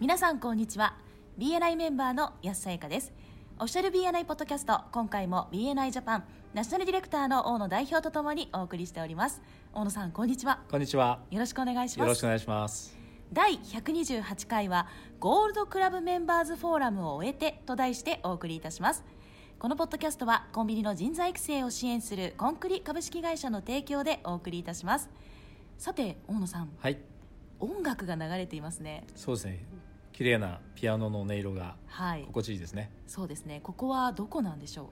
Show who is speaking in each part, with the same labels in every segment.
Speaker 1: 皆さんこんにちは BNI メンバーの安さやかですオフィシャル BNI ポッドキャスト今回も BNI ジャパンナショナルディレクターの大野代表とともにお送りしております大野さんこんにちは
Speaker 2: こんにちは。
Speaker 1: よろしくお願いし
Speaker 2: よ
Speaker 1: ま
Speaker 2: ろしく
Speaker 1: す
Speaker 2: お願いします。
Speaker 1: 第128回はゴールドクラブメンバーズフォーラムを終えてと題してお送りいたしますこのポッドキャストはコンビニの人材育成を支援するコンクリ株式会社の提供でお送りいたしますさて大野さん
Speaker 2: はい、
Speaker 1: 音楽が流れていますね
Speaker 2: そうですね。綺麗なピアノの音色が
Speaker 1: はい
Speaker 2: 心地いいですね。
Speaker 1: そうですねここはどこなんでしょう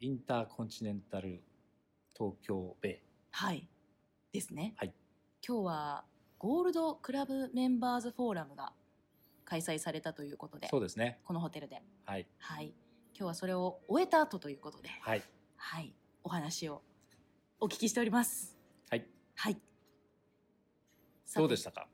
Speaker 2: インターコンチネンタル東京ベ
Speaker 1: はいですね、
Speaker 2: はい
Speaker 1: 今日はゴールドクラブメンバーズフォーラムが開催されたということ
Speaker 2: イ。
Speaker 1: で
Speaker 2: そうですね。
Speaker 1: このホテルで
Speaker 2: はい、
Speaker 1: はい今日はそれを終えた後ということで
Speaker 2: はい、
Speaker 1: はいお話をお聞きしております
Speaker 2: はい。
Speaker 1: はい
Speaker 2: どうでしたたか。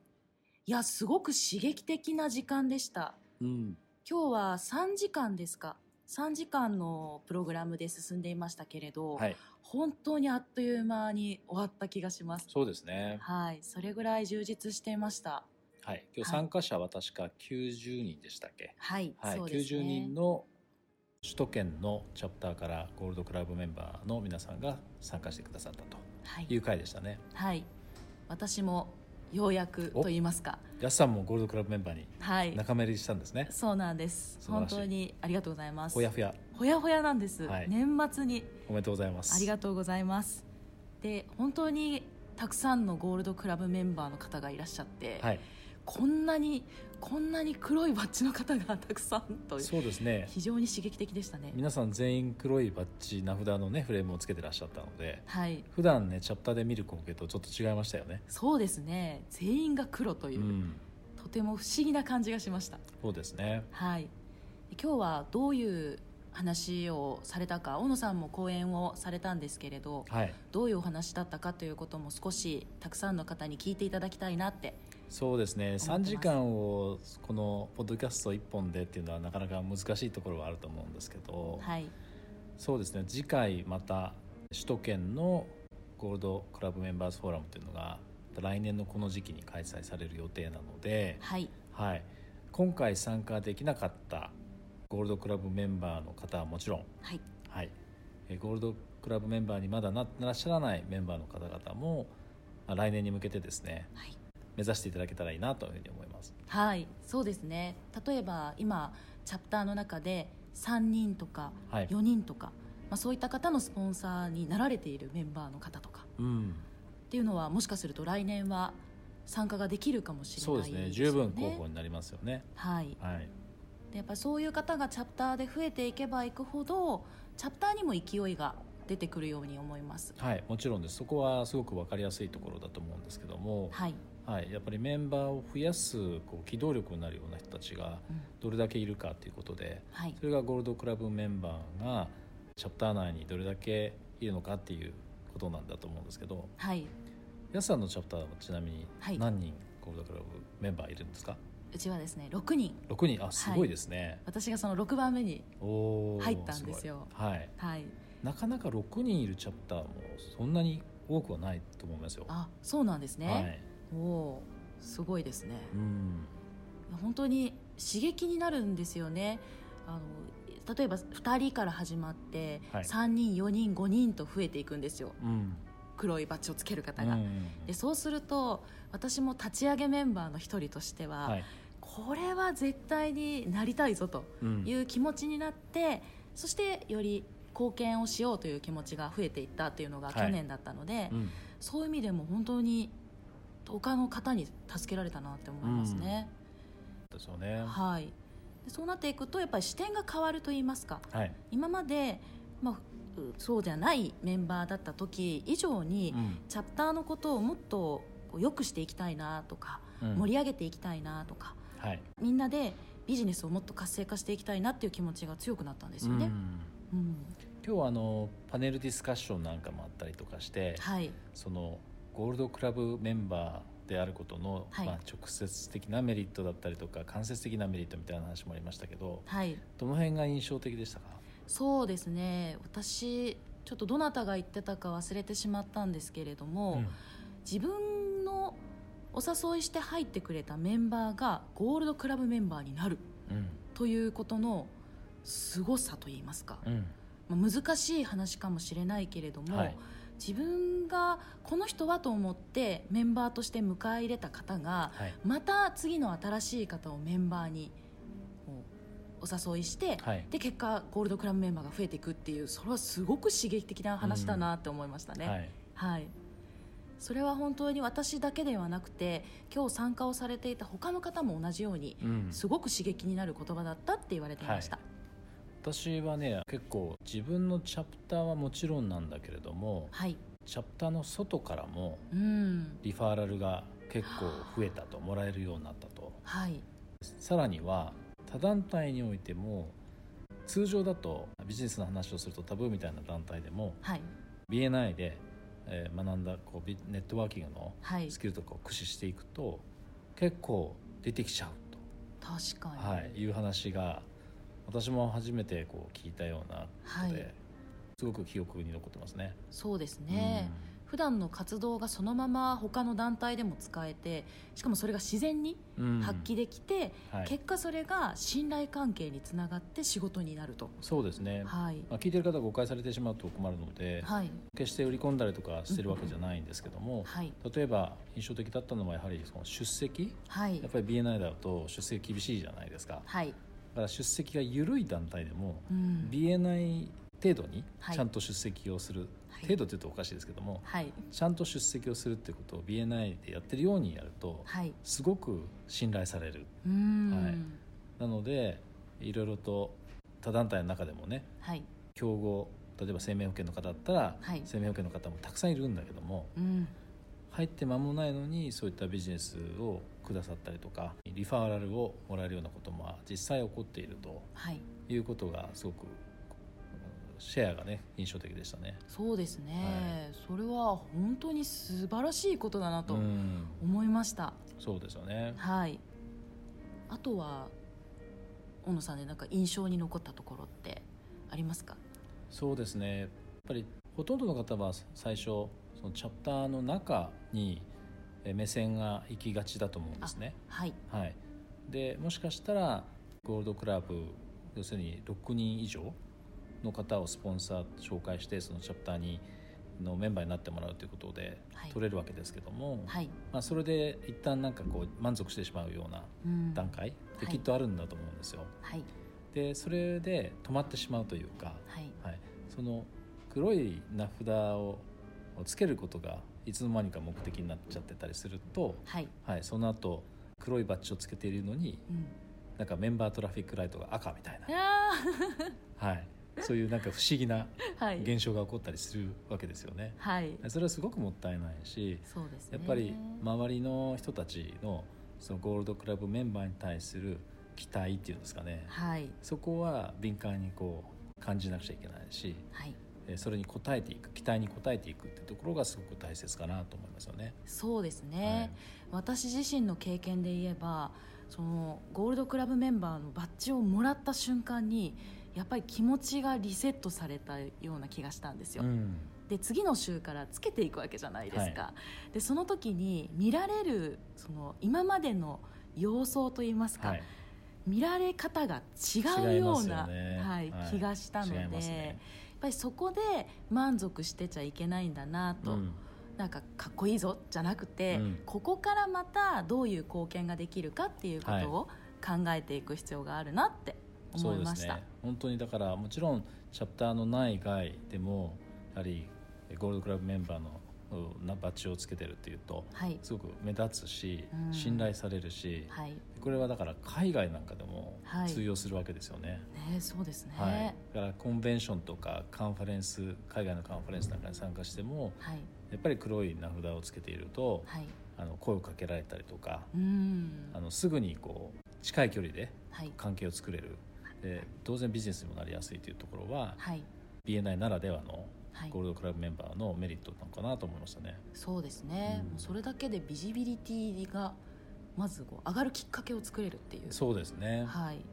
Speaker 1: いやすごく刺激的な時間でした
Speaker 2: うん、
Speaker 1: 今日は3時間ですか3時間のプログラムで進んでいましたけれど、
Speaker 2: はい、
Speaker 1: 本当にあっという間に終わった気がします
Speaker 2: そうですね。
Speaker 1: はい、それぐらい充実していました。
Speaker 2: はい、今日
Speaker 1: はい
Speaker 2: 参加者は確か90人でしたっけ。
Speaker 1: はい、
Speaker 2: はい、
Speaker 1: そうです
Speaker 2: 90
Speaker 1: ね。
Speaker 2: 人の首都圏のチャプターからゴールドクラブメンバーの皆さんが参加してくださったと
Speaker 1: はいい、
Speaker 2: う回でしたね。
Speaker 1: はい、私もようやくと言いますか、
Speaker 2: やすさんもゴールドクラブメンバーに
Speaker 1: はい、
Speaker 2: 仲間入りしたんですね。
Speaker 1: そうなんです。
Speaker 2: 素晴
Speaker 1: 本
Speaker 2: らしい
Speaker 1: 当にありがとうございます。
Speaker 2: ほやほや、
Speaker 1: ほやほやなんです。
Speaker 2: はい
Speaker 1: 年末に
Speaker 2: おめでとうございます。
Speaker 1: ありがとうございます。で、本当にたくさんのゴールドクラブメンバーの方がいらっしゃって、
Speaker 2: はい、
Speaker 1: こんなにこんなに黒いバッジの方がたくさんという
Speaker 2: そうですね。
Speaker 1: 非常に刺激的でしたね。
Speaker 2: 皆さん全員黒いバッジ名札のねフレームをつけてらっしゃったので、
Speaker 1: はい、
Speaker 2: 普段ねチャプターで見る光景とちょっと違いましたよね。
Speaker 1: そうですね。全員が黒というう。
Speaker 2: ん、
Speaker 1: とても不思議な感じがしました、
Speaker 2: そうですね。
Speaker 1: はい、で今日はどういう話をされたか大野さんも講演をされたんですけれど
Speaker 2: はい、
Speaker 1: どういうお話だったかということも少したくさんの方に聞いていただきたいなって
Speaker 2: そうですね。
Speaker 1: ます
Speaker 2: 3時間をこのポッドキャスト1本でっていうのはなかなか難しいところはあると思うんですけど、
Speaker 1: はい
Speaker 2: そうですね。次回また首都圏のゴールドクラブメンバーズフォーラムというのが来年のこの時期に開催される予定なので、
Speaker 1: はい
Speaker 2: はい、今回参加できなかったゴールドクラブメンバーの方はもちろん、
Speaker 1: はい
Speaker 2: はい、えーゴールドクラブメンバーにまだなってらっしゃらないメンバーの方々もまあ来年に向けてですね
Speaker 1: はい、
Speaker 2: 目指していただけたらいいなというふうに思います。
Speaker 1: はい、そうですね例えば今チャプターの中で3人とか
Speaker 2: はい
Speaker 1: 4人とか、まあ、そういった方のスポンサーになられているメンバーの方とか
Speaker 2: うん、
Speaker 1: っていうのはもしかすると来年は参加ができるかもしれ
Speaker 2: そう
Speaker 1: な
Speaker 2: で
Speaker 1: い
Speaker 2: す
Speaker 1: よ
Speaker 2: ね十分候補になりますよね。
Speaker 1: はい、
Speaker 2: はい、
Speaker 1: でやっぱりそういう方がチャプターで増えていけばいくほどチャプターにも勢いが出てくるように思います
Speaker 2: はい、もちろんですそこはすごく分かりやすいところだと思うんですけども、
Speaker 1: はい、
Speaker 2: はい、やっぱりメンバーを増やすこう機動力になるような人たちが
Speaker 1: うん
Speaker 2: どれだけいるかということで
Speaker 1: はい
Speaker 2: それがゴールドクラブメンバーがチャプター内にどれだけいるのかっていうことなんだと思うんですけど
Speaker 1: はい、
Speaker 2: やすさんのチャプターはちなみに
Speaker 1: はい
Speaker 2: 何人ゴールドクラブメンバーいるんですか
Speaker 1: うちはですね6人
Speaker 2: 6人あすごいですね、
Speaker 1: 私がその6番目に
Speaker 2: おー
Speaker 1: 入ったんですよ
Speaker 2: ごいはい、
Speaker 1: はい
Speaker 2: なかなか6人いるチャプターもそんなに多くはないと思いますよ
Speaker 1: あそうなんです
Speaker 2: は
Speaker 1: ね、
Speaker 2: い、
Speaker 1: おおーすごいですね
Speaker 2: うん
Speaker 1: 本当に刺激になるんですよねあの例えば2人から始まって、
Speaker 2: はい
Speaker 1: 3人4人5人と増えていくんですよ
Speaker 2: うん
Speaker 1: 黒いバッジをつける方が、
Speaker 2: うん
Speaker 1: でそうすると私も立ち上げメンバーの一人としては、
Speaker 2: はい
Speaker 1: これは絶対になりたいぞと
Speaker 2: うん
Speaker 1: いう気持ちになって、そしてより貢献をしようという気持ちが増えていったというのが
Speaker 2: はい
Speaker 1: 去年だったので、
Speaker 2: うん
Speaker 1: そういう意味でも本当に他の方に助けられたなって思いますね。
Speaker 2: ですよね
Speaker 1: はいでそうなっていくとやっぱり視点が変わると言いますか
Speaker 2: はい、
Speaker 1: 今まで、まあ、うそうじゃないメンバーだった時以上に、
Speaker 2: うん
Speaker 1: チャプターのことをもっとこう良くしていきたいなとか、
Speaker 2: うん
Speaker 1: 盛り上げていきたいなとか
Speaker 2: はい
Speaker 1: みんなでビジネスをもっと活性化していきたいなっていう気持ちが強くなったんですよ
Speaker 2: う
Speaker 1: ね。
Speaker 2: ん
Speaker 1: うん
Speaker 2: 今日はあのパネルディスカッションなんかもあったりとかして、
Speaker 1: はい、
Speaker 2: そのゴールドクラブメンバーであることの、
Speaker 1: はい
Speaker 2: まあ、直接的なメリットだったりとか間接的なメリットみたいな話もありましたけど
Speaker 1: はい、
Speaker 2: どの辺が印象的でしたか、
Speaker 1: そうですね私ちょっとどなたが言ってたか忘れてしまったんですけれども、
Speaker 2: うん
Speaker 1: 自分のお誘いして入ってくれたメンバーがゴールドクラブメンバーになる
Speaker 2: うん
Speaker 1: ということのすごさといいますか、
Speaker 2: うん
Speaker 1: まあ難しい話かもしれないけれども、
Speaker 2: はい
Speaker 1: 自分がこの人はと思ってメンバーとして迎え入れた方が
Speaker 2: はい
Speaker 1: また次の新しい方をメンバーにこうお誘いして、
Speaker 2: はい
Speaker 1: で結果ゴールドクラブメンバーが増えていくっていうそれはすごく刺激的な話だなって思いましたね。
Speaker 2: はい
Speaker 1: はい、それは本当に私だけではなくて今日参加をされていた他の方も同じように
Speaker 2: うん
Speaker 1: すごく刺激になる言葉だったって言われていました。
Speaker 2: 私はね結構自分のチャプターはもちろんなんだけれども
Speaker 1: はい、
Speaker 2: チャプターの外からも
Speaker 1: うん
Speaker 2: リファーラルが結構増えたともらえるようになったと
Speaker 1: はい
Speaker 2: さらには他団体においても通常だとビジネスの話をするとタブーみたいな団体でも
Speaker 1: はい
Speaker 2: BNI でえー学んだこうビネットワーキングの
Speaker 1: はい
Speaker 2: スキルとかを駆使していくと結構出てきちゃうと
Speaker 1: 確かに、
Speaker 2: はい、いう話が私も初めてこう聞いたようなことで、
Speaker 1: はい
Speaker 2: すごく記憶に残ってますね。
Speaker 1: そうですね、普段の活動がそのまま他の団体でも使えてしかもそれが自然に
Speaker 2: うん
Speaker 1: 発揮できて、
Speaker 2: はい
Speaker 1: 結果それが信頼関係につながって仕事になると
Speaker 2: そうですね、
Speaker 1: はい
Speaker 2: まあ、聞いてる方が誤解されてしまうと困るので、
Speaker 1: はい
Speaker 2: 決して売り込んだりとかしてるわけじゃないんですけども、
Speaker 1: はい
Speaker 2: 例えば印象的だったのはやはりその出席
Speaker 1: はい
Speaker 2: やっぱり BNI だと出席厳しいじゃないですかだ
Speaker 1: はい、
Speaker 2: から出席が緩い団体でも、
Speaker 1: うん
Speaker 2: BNI 程度に
Speaker 1: はい
Speaker 2: ちゃんと出席をする、
Speaker 1: はい
Speaker 2: 程度というとおかしいですけども、
Speaker 1: はい
Speaker 2: ちゃんと出席をするってことを BNI でやってるようにやると
Speaker 1: はい
Speaker 2: すごく信頼される
Speaker 1: うーん
Speaker 2: なのでいろいろと他団体の中でもね
Speaker 1: はい、
Speaker 2: 競合例えば生命保険の方だったら、
Speaker 1: はい
Speaker 2: 生命保険の方もたくさんいるんだけども
Speaker 1: うん
Speaker 2: 入って間もないのにそういったビジネスをくださったりとかリファーラルをもらえるようなことも実際起こっていると
Speaker 1: はい
Speaker 2: いうことがすごくうんシェアがね印象的でしたね。
Speaker 1: そうですね、それは本当に素晴らしいことだなと
Speaker 2: うん
Speaker 1: 思いました、
Speaker 2: そうですよね
Speaker 1: はいあとは小野さんでなんか印象に残ったところってありますか
Speaker 2: そうですねやっぱりほとんどの方は最初そのチャプターの中にえ目線が行きがちだと思うんですね。
Speaker 1: はい
Speaker 2: はい、でもしかしたらゴールドクラブ要するに6人以上の方をスポンサー紹介してそのチャプターにのメンバーになってもらうということで
Speaker 1: はい
Speaker 2: 取れるわけですけども、
Speaker 1: はい
Speaker 2: まあ、それで一旦なんかこう満足してしまうような
Speaker 1: うん
Speaker 2: 段階
Speaker 1: う
Speaker 2: で
Speaker 1: ん
Speaker 2: きっとあるんだと思うんですよ。
Speaker 1: はい
Speaker 2: でそれで止まってしまうというか、
Speaker 1: はい
Speaker 2: はい、その黒い名札をつけることがいつの間にか目的になっちゃってたりすると、
Speaker 1: はい
Speaker 2: はい、その後黒いバッジをつけているのに
Speaker 1: うん
Speaker 2: なんかメンバートラフィックライトが赤みたい
Speaker 1: あ
Speaker 2: な、はい、そういうなんか不思議な
Speaker 1: ー はい
Speaker 2: 現象が起こったりするわけですよね。
Speaker 1: はい
Speaker 2: それはすごくもったいないし
Speaker 1: そうです
Speaker 2: や
Speaker 1: ね
Speaker 2: っぱり周りの人たちのそのゴールドクラブメンバーに対する期待っていうんですかね
Speaker 1: はい
Speaker 2: そこは敏感にこう感じなくちゃいけないし
Speaker 1: はい
Speaker 2: えーそれに応えていく期待に応えていくってところがすごく大切かなと思いますよね。
Speaker 1: そうですね、私自身の経験で言えばそのゴールドクラブメンバーのバッジをもらった瞬間にやっぱり気持ちがリセットされたような気がしたんですよ、
Speaker 2: はいうん
Speaker 1: で次の週からつけていくわけじゃないですか、でその時に見られるその今までの様相といいますか、
Speaker 2: はい
Speaker 1: 見られ方が違うような
Speaker 2: 違いますよね
Speaker 1: はい
Speaker 2: はい
Speaker 1: 気がしたので、
Speaker 2: 違います
Speaker 1: やっ
Speaker 2: ね
Speaker 1: ぱりそこで満足してちゃいけないんだなと、
Speaker 2: うん
Speaker 1: なんかかっこいいぞじゃなくて、
Speaker 2: うん
Speaker 1: ここからまたどういう貢献ができるかっていうことを考えていく必要があるなって思
Speaker 2: そう
Speaker 1: い
Speaker 2: で
Speaker 1: ますした、
Speaker 2: ね本当にだからもちろんチャプターのない外でもやはりえーゴールドクラブメンバーのうんなバッジをつけてるっていうと
Speaker 1: はい
Speaker 2: すごく目立つし
Speaker 1: うん
Speaker 2: 信頼されるし
Speaker 1: はい
Speaker 2: これはだから海外なんかでも
Speaker 1: はい
Speaker 2: 通用するわけですよね。
Speaker 1: ねそうですね
Speaker 2: は
Speaker 1: はいい、
Speaker 2: だからコンベンションとかカンファレンス海外のカンファレンスなんかに参加しても
Speaker 1: はい、
Speaker 2: やっぱり黒い名札をつけているとあの声をかけられたりとか
Speaker 1: うん
Speaker 2: あのすぐにこう近い距離で
Speaker 1: はい
Speaker 2: 関係を作れるで当然ビジネスにもなりやすいというところは
Speaker 1: はい
Speaker 2: BNI ならではの
Speaker 1: はい
Speaker 2: ゴールドクラブメンバーのメリットなのかなと思いましたね。
Speaker 1: そうですね、
Speaker 2: うん
Speaker 1: もうそれだけでビジビリティがまずこう上がるきっかけを作れるっていう
Speaker 2: そうですね、は
Speaker 1: はい
Speaker 2: い
Speaker 1: で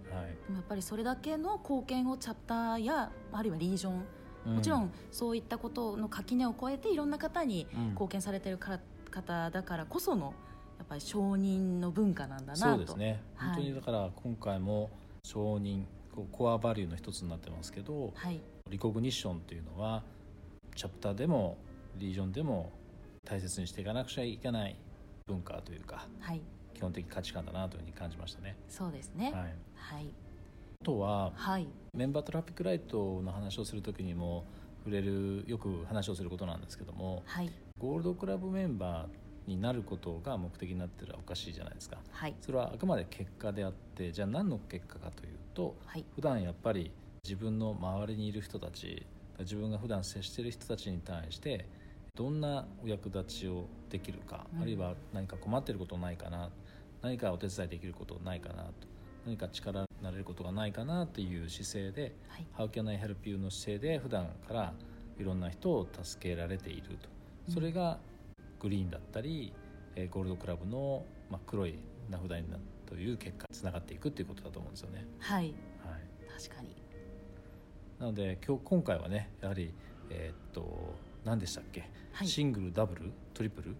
Speaker 1: もやっぱりそれだけの貢献をチャプターやあるいはリージョン
Speaker 2: う
Speaker 1: もちろんそういったことの垣根を越えていろんな方に
Speaker 2: うん
Speaker 1: 貢献されてるから方だからこそのややっぱり承認の文化なんだなと
Speaker 2: そうですね
Speaker 1: はい
Speaker 2: 本当にだから今回も承認こうコアバリューの一つになってますけど
Speaker 1: はい
Speaker 2: リコグニッションっていうのはチャプターでもリージョンでも大切にしていかなくちゃいけない文化というか
Speaker 1: はい
Speaker 2: 基本的価値観だなというふうに感じましたね。
Speaker 1: そうですね
Speaker 2: はい、
Speaker 1: はい
Speaker 2: あとは
Speaker 1: はい
Speaker 2: メンバートラフィックライトの話をする時にも触れるよく話をすることなんですけども
Speaker 1: はい
Speaker 2: ゴールドクラブメンバーになることが目的になってるらおかしいじゃないですか。
Speaker 1: はい
Speaker 2: それはあくまで結果であってじゃあ何の結果かというと
Speaker 1: はい
Speaker 2: 普段やっぱり自分の周りにいる人たち自分が普段接している人たちに対してどんなお役立ちをできるか、
Speaker 1: うん
Speaker 2: あるいは何か困っていることないかな何かお手伝いできることないかなと何か力になれることがないかなっていう姿勢で
Speaker 1: はい
Speaker 2: 「How can I help you?」の姿勢で普段からいろんな人を助けられている
Speaker 1: う
Speaker 2: と
Speaker 1: ん
Speaker 2: それがグリーンだったりえーゴールドクラブのまあ黒い名札になるという結果につながっていくっていうことだと思うんですよね。
Speaker 1: はい
Speaker 2: はい
Speaker 1: 確かに
Speaker 2: なので今日今回はねやはりえーっと何でしたっけ、
Speaker 1: はい
Speaker 2: シングルダブルトリプル、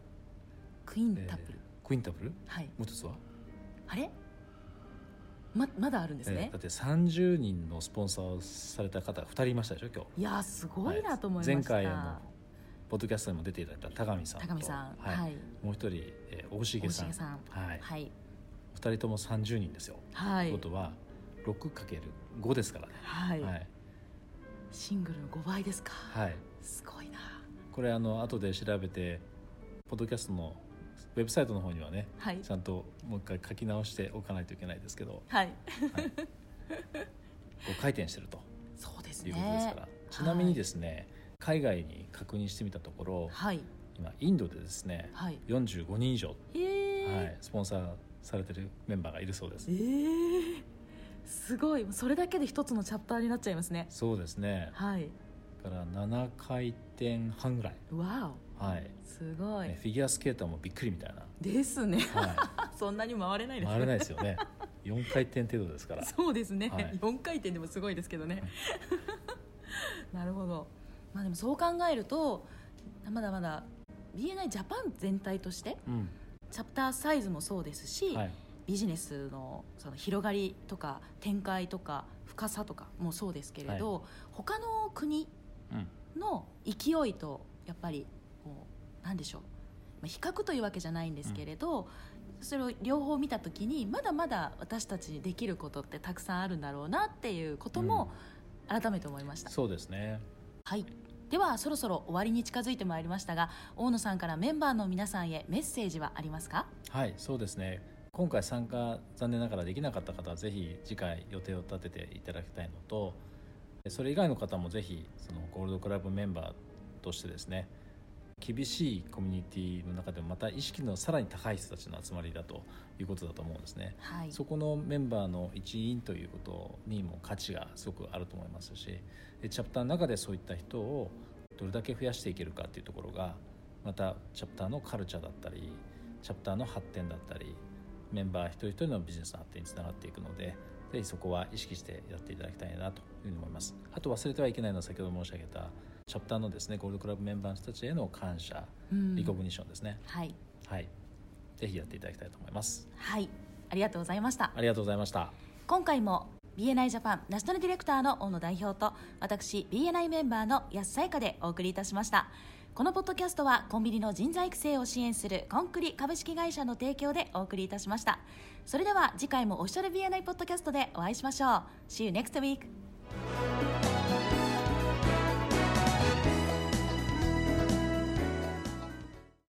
Speaker 1: クイン
Speaker 2: えー
Speaker 1: タップル、
Speaker 2: クインタブルも
Speaker 1: はいう
Speaker 2: 一つは、
Speaker 1: あれままだあるんです
Speaker 2: え
Speaker 1: ね
Speaker 2: ーだっ、て30人のスポンサーをされた方が2人いましたでしょ今日
Speaker 1: いやーすごいなと思いました、
Speaker 2: 前回あのポッドキャストにも出ていただいた高見さんと
Speaker 1: 高見さん
Speaker 2: はい
Speaker 1: はい
Speaker 2: もう一人、えー大重
Speaker 1: 大
Speaker 2: さん
Speaker 1: 重さん
Speaker 2: はい、
Speaker 1: はい
Speaker 2: 2人とも30人ですよ、
Speaker 1: は
Speaker 2: とい
Speaker 1: いう
Speaker 2: ことは 6×5 ですからね
Speaker 1: はい、
Speaker 2: はい、
Speaker 1: シングルの5倍ですか、
Speaker 2: はい、
Speaker 1: すごいな
Speaker 2: これあの後で調べてポッドキャストのウェブサイトの方にはね
Speaker 1: はい
Speaker 2: ちゃんともう一回書き直しておかないといけないですけど
Speaker 1: はい
Speaker 2: 5回転してると
Speaker 1: そうですね
Speaker 2: いうことですから、ちなみにですすね、海外に確認してみたところ
Speaker 1: はい
Speaker 2: 今インドでですね
Speaker 1: はい
Speaker 2: 45人以上、
Speaker 1: えー
Speaker 2: はい、スポンサーされてるメンバーがいるそうです
Speaker 1: えーすごいそれだけで一つのチャプターになっちゃいますね
Speaker 2: そうですね
Speaker 1: はい
Speaker 2: だから7回転半ぐらい、
Speaker 1: わ
Speaker 2: はい
Speaker 1: おすごい、
Speaker 2: ねフィギュアスケーターもびっくりみたいな、
Speaker 1: ですね
Speaker 2: は
Speaker 1: そんなに回れない
Speaker 2: い、
Speaker 1: ですね
Speaker 2: 回れないですよね4回転程度ですから
Speaker 1: そうですね、
Speaker 2: はい
Speaker 1: 4回転でもすごいですけどね なるほどまあでもそう考えるとまだまだ BNI ジャパン全体として
Speaker 2: うん
Speaker 1: チャプターサイズもそうですし、
Speaker 2: はい
Speaker 1: ビジネスのその広がりとか展開とか深さとかもそうですけれど、他の国
Speaker 2: うん
Speaker 1: の勢いとやっぱりこうなんでしょう、まあ、比較というわけじゃないんですけれど、それを両方見た時にまだまだ私たちにできることってたくさんあるんだろうなっていうことも改めて思いました、
Speaker 2: そうですね
Speaker 1: はいではそろそろ終わりに近づいてまいりましたが大野さんからメンバーの皆さんへメッセージはありますか
Speaker 2: はい、そうですね。今回参加残念ながらできなかった方はぜひ次回予定を立てていただきたいのと、それ以外の方もぜひそのゴールドクラブメンバーとしてですね、厳しいコミュニティの中でもまた意識のさらに高い人たちの集まりだということだと思うんですね。
Speaker 1: はい
Speaker 2: そこのメンバーの一員ということにも価値がすごくあると思いますしでチャプターの中でそういった人をどれだけ増やしていけるかっていうところがまたチャプターのカルチャーだったりチャプターの発展だったりメンバー一人一人のビジネスの発展につながっていくのでぜひそこは意識してやっていただきたいなというふうに思いますあと忘れてはいけないのは先ほど申し上げたチャプターのですねゴールドクラブメンバーの人たちへの感謝
Speaker 1: うん
Speaker 2: リコグニッションですね、
Speaker 1: はい、
Speaker 2: はいぜひやっていただきたいと思います
Speaker 1: はい、ありがとうございました
Speaker 2: ありがとうございました
Speaker 1: 今回も BNI ジャパンナショナルディレクターの大野代表と私 BNI メンバーの安さゆかでお送りいたしましたこのポッドキャストはコンビニの人材育成を支援するコンクリ株式会社の提供でお送りいたしましたそれでは次回もオフィシャル BNI ポッドキャストでお会いしましょう See you next week!